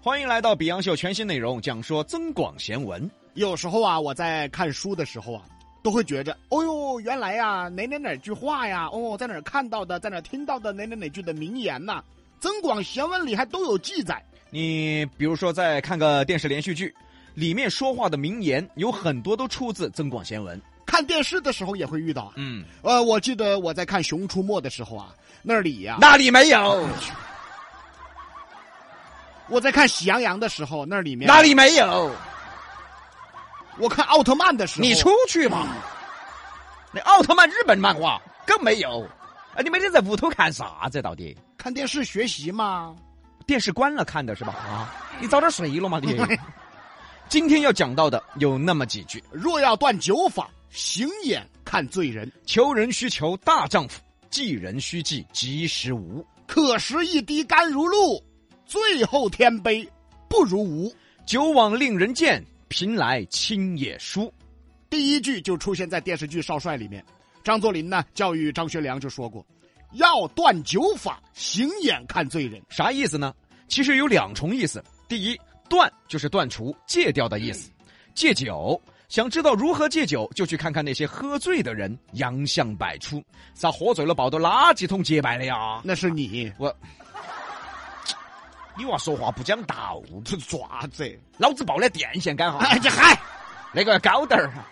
欢迎来到《比洋秀》全新内容，讲说增广贤文。有时候啊，我在看书的时候啊，都会觉着，哦呦，原来呀、哪哪哪句话呀，哦，在哪儿看到的，在哪儿听到的哪哪哪句的名言呐、增广贤文》里还都有记载。你比如说，再看个电视连续剧，里面说话的名言有很多都出自增广贤文。看电视的时候也会遇到啊。嗯，呃，我记得我在看《熊出没》的时候啊，那里呀、那里没有，我在看《喜羊羊》的时候，那里面啊那里没有，我看奥特曼的时候，你出去吧。那奥特曼日本漫画更没有。啊，你每天在屋头看啥子到底？看电视学习嘛？电视关了看的是吧？啊，你早点睡了嘛 你。今天要讲到的有那么几句：若要断酒法，行眼看罪人，求人须求大丈夫，济人须济及时无。可食一滴甘如露，最后天杯不如无。酒往令人贱，贫来亲也疏。第一句就出现在电视剧《少帅》里面。张作霖呢，教育张学良就说过：“要断酒法，行眼看罪人。啥意思呢？其实有两重意思。第一，断就是断除、戒掉的意思。戒酒，想知道如何戒酒，就去看看那些喝醉的人，洋相百出。咋喝醉了抱到垃圾桶洁白的呀”？那是你你娃说话不讲道 理，这爪子！老子抱的电线杆哈，哎呀嗨，那个要高点儿哈。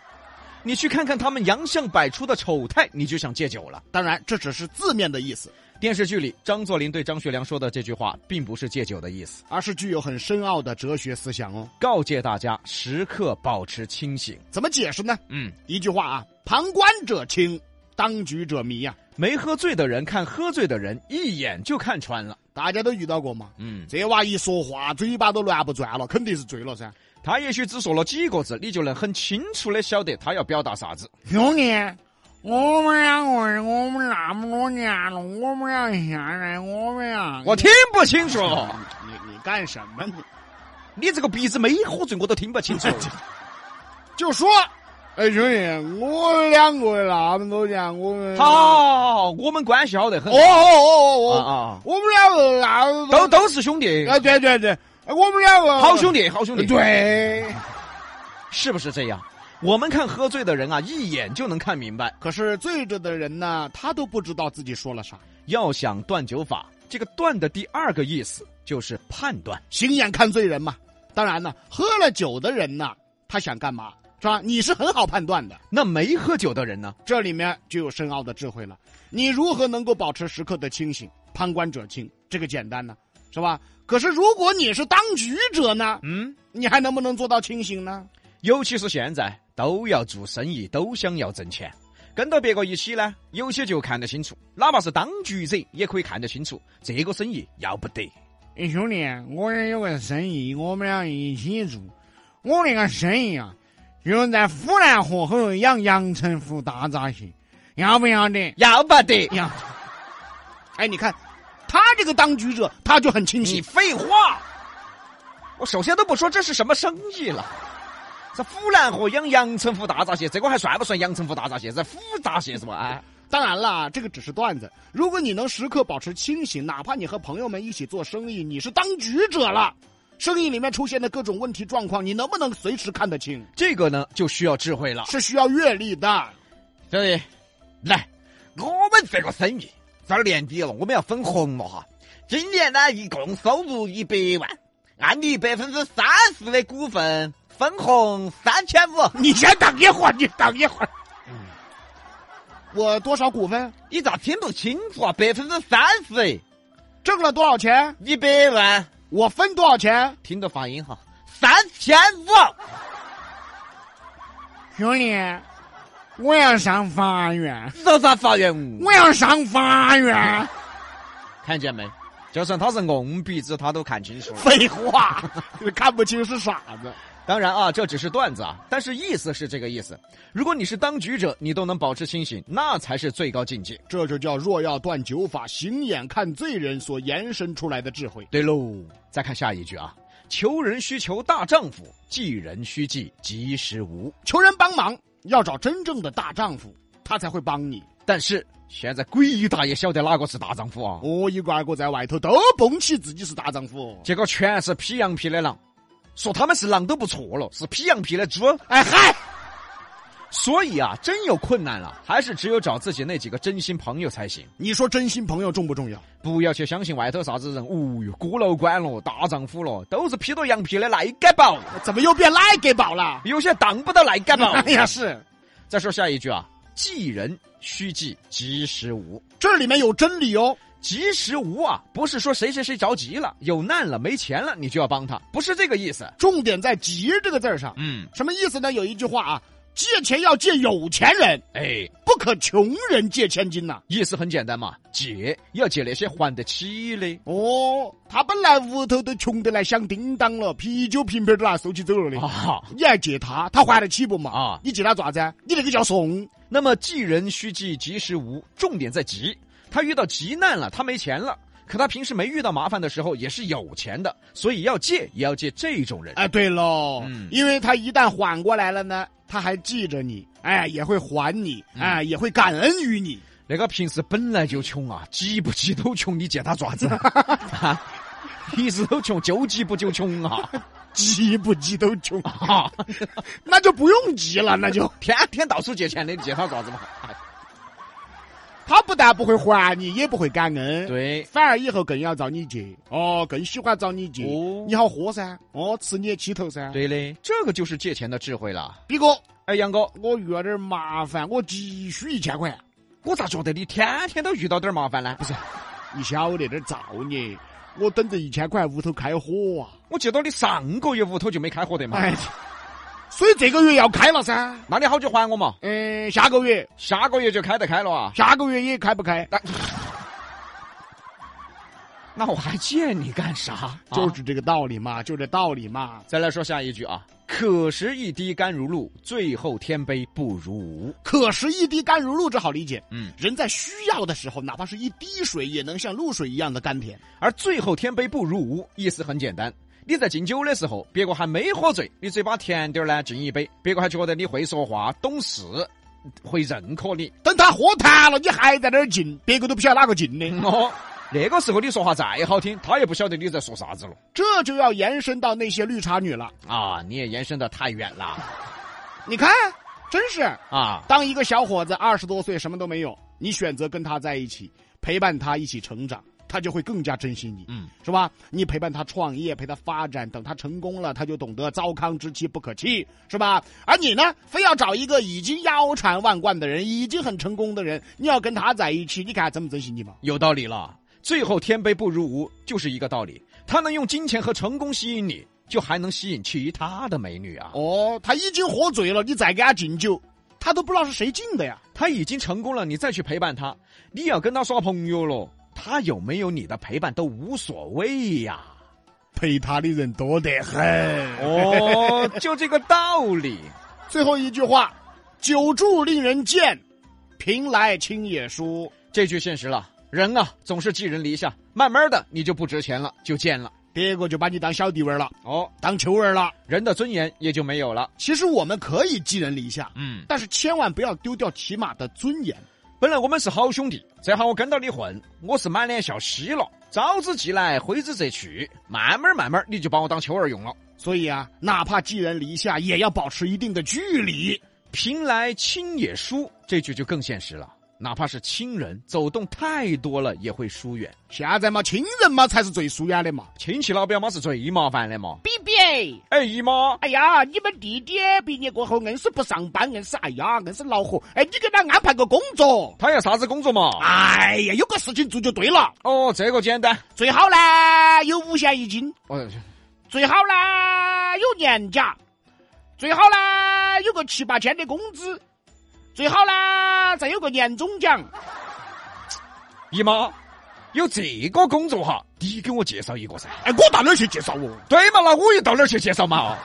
你去看看他们洋相百出的丑态，你就想戒酒了。当然这只是字面的意思，电视剧里，张作霖对张学良说的这句话，并不是戒酒的意思，而是具有很深奥的哲学思想哦。告诫大家时刻保持清醒。怎么解释呢？嗯，一句话啊，旁观者清，当局者迷啊呀、没喝醉的人看喝醉的人，一眼就看穿了。大家都遇到过吗？嗯，这娃一说话，嘴巴都乱不转了，肯定是醉了噻。他也许只说了几个字，你就能很清楚的晓得他要表达啥子。兄弟，我们两个人，我们那么多年了，我们要下来，我们嗯要我听不清楚， 你你干什么你？你这个鼻子没喝醉，我都听不 清楚。就说，哎，兄弟，我两个那么多年，我们好，我们关系好得很。哦哦哦啊哦，啊，我们两个那么都多，都是兄弟，哎，对对对，我们两个好兄弟，好兄弟，，对。是不是这样？我们看喝醉的人啊，一眼就能看明白。可是醉着的人呢，他都不知道自己说了啥，要想断酒法，这个“断”的第二个意思就是判断。行眼看醉人嘛。当然呢，喝了酒的人呢，他想干嘛是吧？你是很好判断的，那没喝酒的人呢？这里面就有深奥的智慧了。你如何能够保持时刻的清醒？旁观者清，这个简单呢，是吧？可是如果你是当局者呢，嗯，你还能不能做到清醒呢？尤其是现在都要做生意，都想要挣钱，跟到别个一起呢，有些就看得清楚，哪怕是当局者也可以看得清楚，这个生意要不得。哎，兄弟，我也有个生意，我们俩一起做。我那个生意啊，就是在湖南河口养阳澄湖大闸蟹，要不要得？要不得，嗯要。哎，你看，他这个当局者，他就很清你醒。废话，我首先都不说这是什么生意了。这湖南河养阳澄湖大闸蟹，这个还算不算阳澄湖大闸蟹？这湖大蟹是吧？哎，当然啦，这个只是段子。如果你能时刻保持清醒，哪怕你和朋友们一起做生意，你是当局者了，生意里面出现的各种问题状况，你能不能随时看得清，这个呢就需要智慧了。是需要阅历的。兄弟，来，我们这个生意这儿年底了，我们要分红了哈。今年呢，一共收入一百万，按你百分之三十的股份分红三千五。你先等一会儿，你等一会儿。嗯我多少股份？你咋听不清楚啊？百分之三十，挣了多少钱？一百万，我分多少钱？听着发音哈，三千五。兄弟，我要上法院，你说啥法院？我要上法院。看见没？就算他是硬鼻子，他都看清楚了。 废话， 看不清是傻子。当然啊，这只是段子啊，但是意思是这个意思。如果你是当局者，你都能保持清醒，那才是最高境界。这就叫若要断酒法，行眼看罪人所延伸出来的智慧。对喽，再看下一句啊，求人须求大丈夫，济人须济及时无。求人帮忙要找真正的大丈夫，他才会帮你。但是现在鬼大爷晓得哪个是大丈夫啊？哦，一个二个在外头都蹦起自己是大丈夫。结果全是披羊皮的狼，说他们是狼都不错了，是披羊皮的猪。哎嗨，所以啊，真有困难了，还是只有找自己那几个真心朋友才行。你说真心朋友重不重要？不要去相信外头啥子人，哦哟，孤陋寡了，大丈夫了，都是披着羊皮的赖干宝，怎么又变奶给宝了？有些当不到赖 干宝。哎呀，是再说下一句啊，济人须济及时无。这里面有真理哦。及时无啊，不是说谁谁谁着急了、有难了、没钱了，你就要帮他，不是这个意思。重点在“急”这个字儿上，嗯，什么意思呢？有一句话啊，借钱要借有钱人，哎，不可穷人借千金呐、意思很简单嘛，借要借那些还得起的。哦，他本来屋头都穷得来响叮当了，啤酒瓶瓶都拿收起走了的，啊你还借他，他还得起不嘛？啊你借他做啥子啊？你那个叫送。那么济人须济及时无，重点在急。他遇到急难了，他没钱了，可他平时没遇到麻烦的时候也是有钱的，所以要借也要借这种人。哎，对喽，嗯因为他一旦缓过来了呢，他还记着你，哎，也会还你，嗯哎，也会感恩于你。那个平时本来就穷啊，急不急都穷，你借他爪子？ 啊，一直都穷，就急不就穷啊？急不急都穷，啊，那就不用急了，那就天天到处借钱的，你借他爪子嘛？哎他不但不会还你，也不会感 恩。对，反而以后更要找你借哦，更喜欢找你借，哦你好喝噻，哦，吃你也起头噻。对嘞，这个就是借钱的智慧了。比哥，哎，杨哥，我遇了点麻烦，我急需一千块，我咋觉得你天天都遇到点麻烦呢？不是，你晓得点造孽，我等着一千块屋头开火啊！我记到你上个月屋头就没开火的嘛。哎，所以这个月要开了噻。那你好久还我嘛？嗯，下个月，下个月就开得开了啊？下个月也开不开，那我还借你干啥？就啊是这个道理嘛，就这道理嘛。再来说下一句啊，可食一滴甘如露，最后天杯不如无。可食一滴甘如露，这好理解。嗯，人在需要的时候，哪怕是一滴水，也能像露水一样的甘甜。而最后天杯不如无，意思很简单。你在敬酒的时候，别个还没喝醉，你嘴巴甜点儿呢，敬一杯，别个还觉得你会说话、懂事，会认可你。 等他喝瘫了，你还在那儿进，别个都不晓得哪个进的。哦，那个时候你说话再好听，他也不晓得你在说啥子了这就要延伸到那些绿茶女了。啊！你也延伸的太远了你看，真是啊！当一个小伙子二十多岁什么都没有，你选择跟他在一起，陪伴他一起成长，他就会更加珍惜你，嗯，是吧？你陪伴他创业，陪他发展，等他成功了，他就懂得糟糠之妻不可弃，是吧？而你呢，非要找一个已经腰缠万贯的人，已经很成功的人，你要跟他在一起，你看他珍不珍惜你吗？有道理了。最后天杯不如无，就是一个道理。他能用金钱和成功吸引你，就还能吸引其他的美女啊！哦，他已经喝醉了，你再给他敬酒，他都不知道是谁敬的呀。他已经成功了，你再去陪伴他，你要跟他耍朋友了，他有没有你的陪伴都无所谓呀、陪他的人多得很。哦，就这个道理。最后一句话：久住令人贱，贫来亲也疏。这句现实了，人啊总是寄人篱下，慢慢的你就不值钱了，就贱了。别个就把你当小弟娃儿了，哦，当球儿了。人的尊严也就没有了。其实我们可以寄人篱下，嗯，但是千万不要丢掉起码的尊严。本来我们是好兄弟，这下我跟到你混，我是满脸笑嘻了。招之即来，挥之则去，慢慢慢慢你就把我当球儿用了。所以啊，哪怕寄人篱下，也要保持一定的距离。贫来亲也疏，这句就更现实了。哪怕是亲人，走动太多了也会疏远。现在嘛，亲人嘛才是最疏远的嘛。亲戚老表妈是最麻烦的嘛。比比，哎姨妈，哎呀，你们弟弟毕业过后，硬是不上班，硬是哎呀，硬是恼火。哎，你给他安排个工作。他要啥子工作嘛？哎呀，有个事情做就对了。哦，这个简单。最好呢有五险一金，哦，最好呢有年假，最好呢有个七八千的工资，最好呢再有个年终奖。姨妈，有这个工作哈，你给我介绍一个噻。哎，我到哪儿去介绍哦？对嘛，那我又到哪儿去介绍嘛？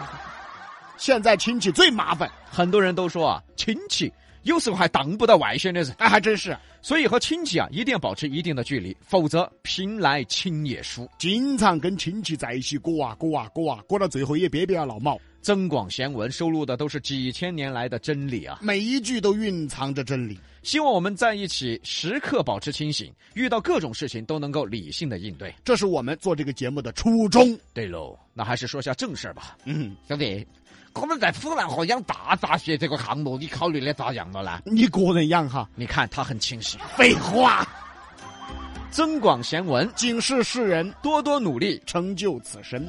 现在亲戚最麻烦，很多人都说啊，亲戚有时候还当不到外省的人，哎，还真是所以和亲戚啊一定要保持一定的距离，否则贫来亲也疏。经常跟亲戚在一起过啊过啊过啊，过到最后也别别要闹毛，增广贤文收录的都是几千年来的真理啊，每一句都蕴藏着真理。希望我们在一起时刻保持清醒，遇到各种事情都能够理性的应对。这是我们做这个节目的初衷。对喽，那还是说下正事儿吧。嗯，兄弟，我们在腐烂河养大闸蟹这个项目，你考虑的咋样了呢？你个人养哈，你看他很清醒，废话，增广贤文，警示世人，多多努力。成就此身。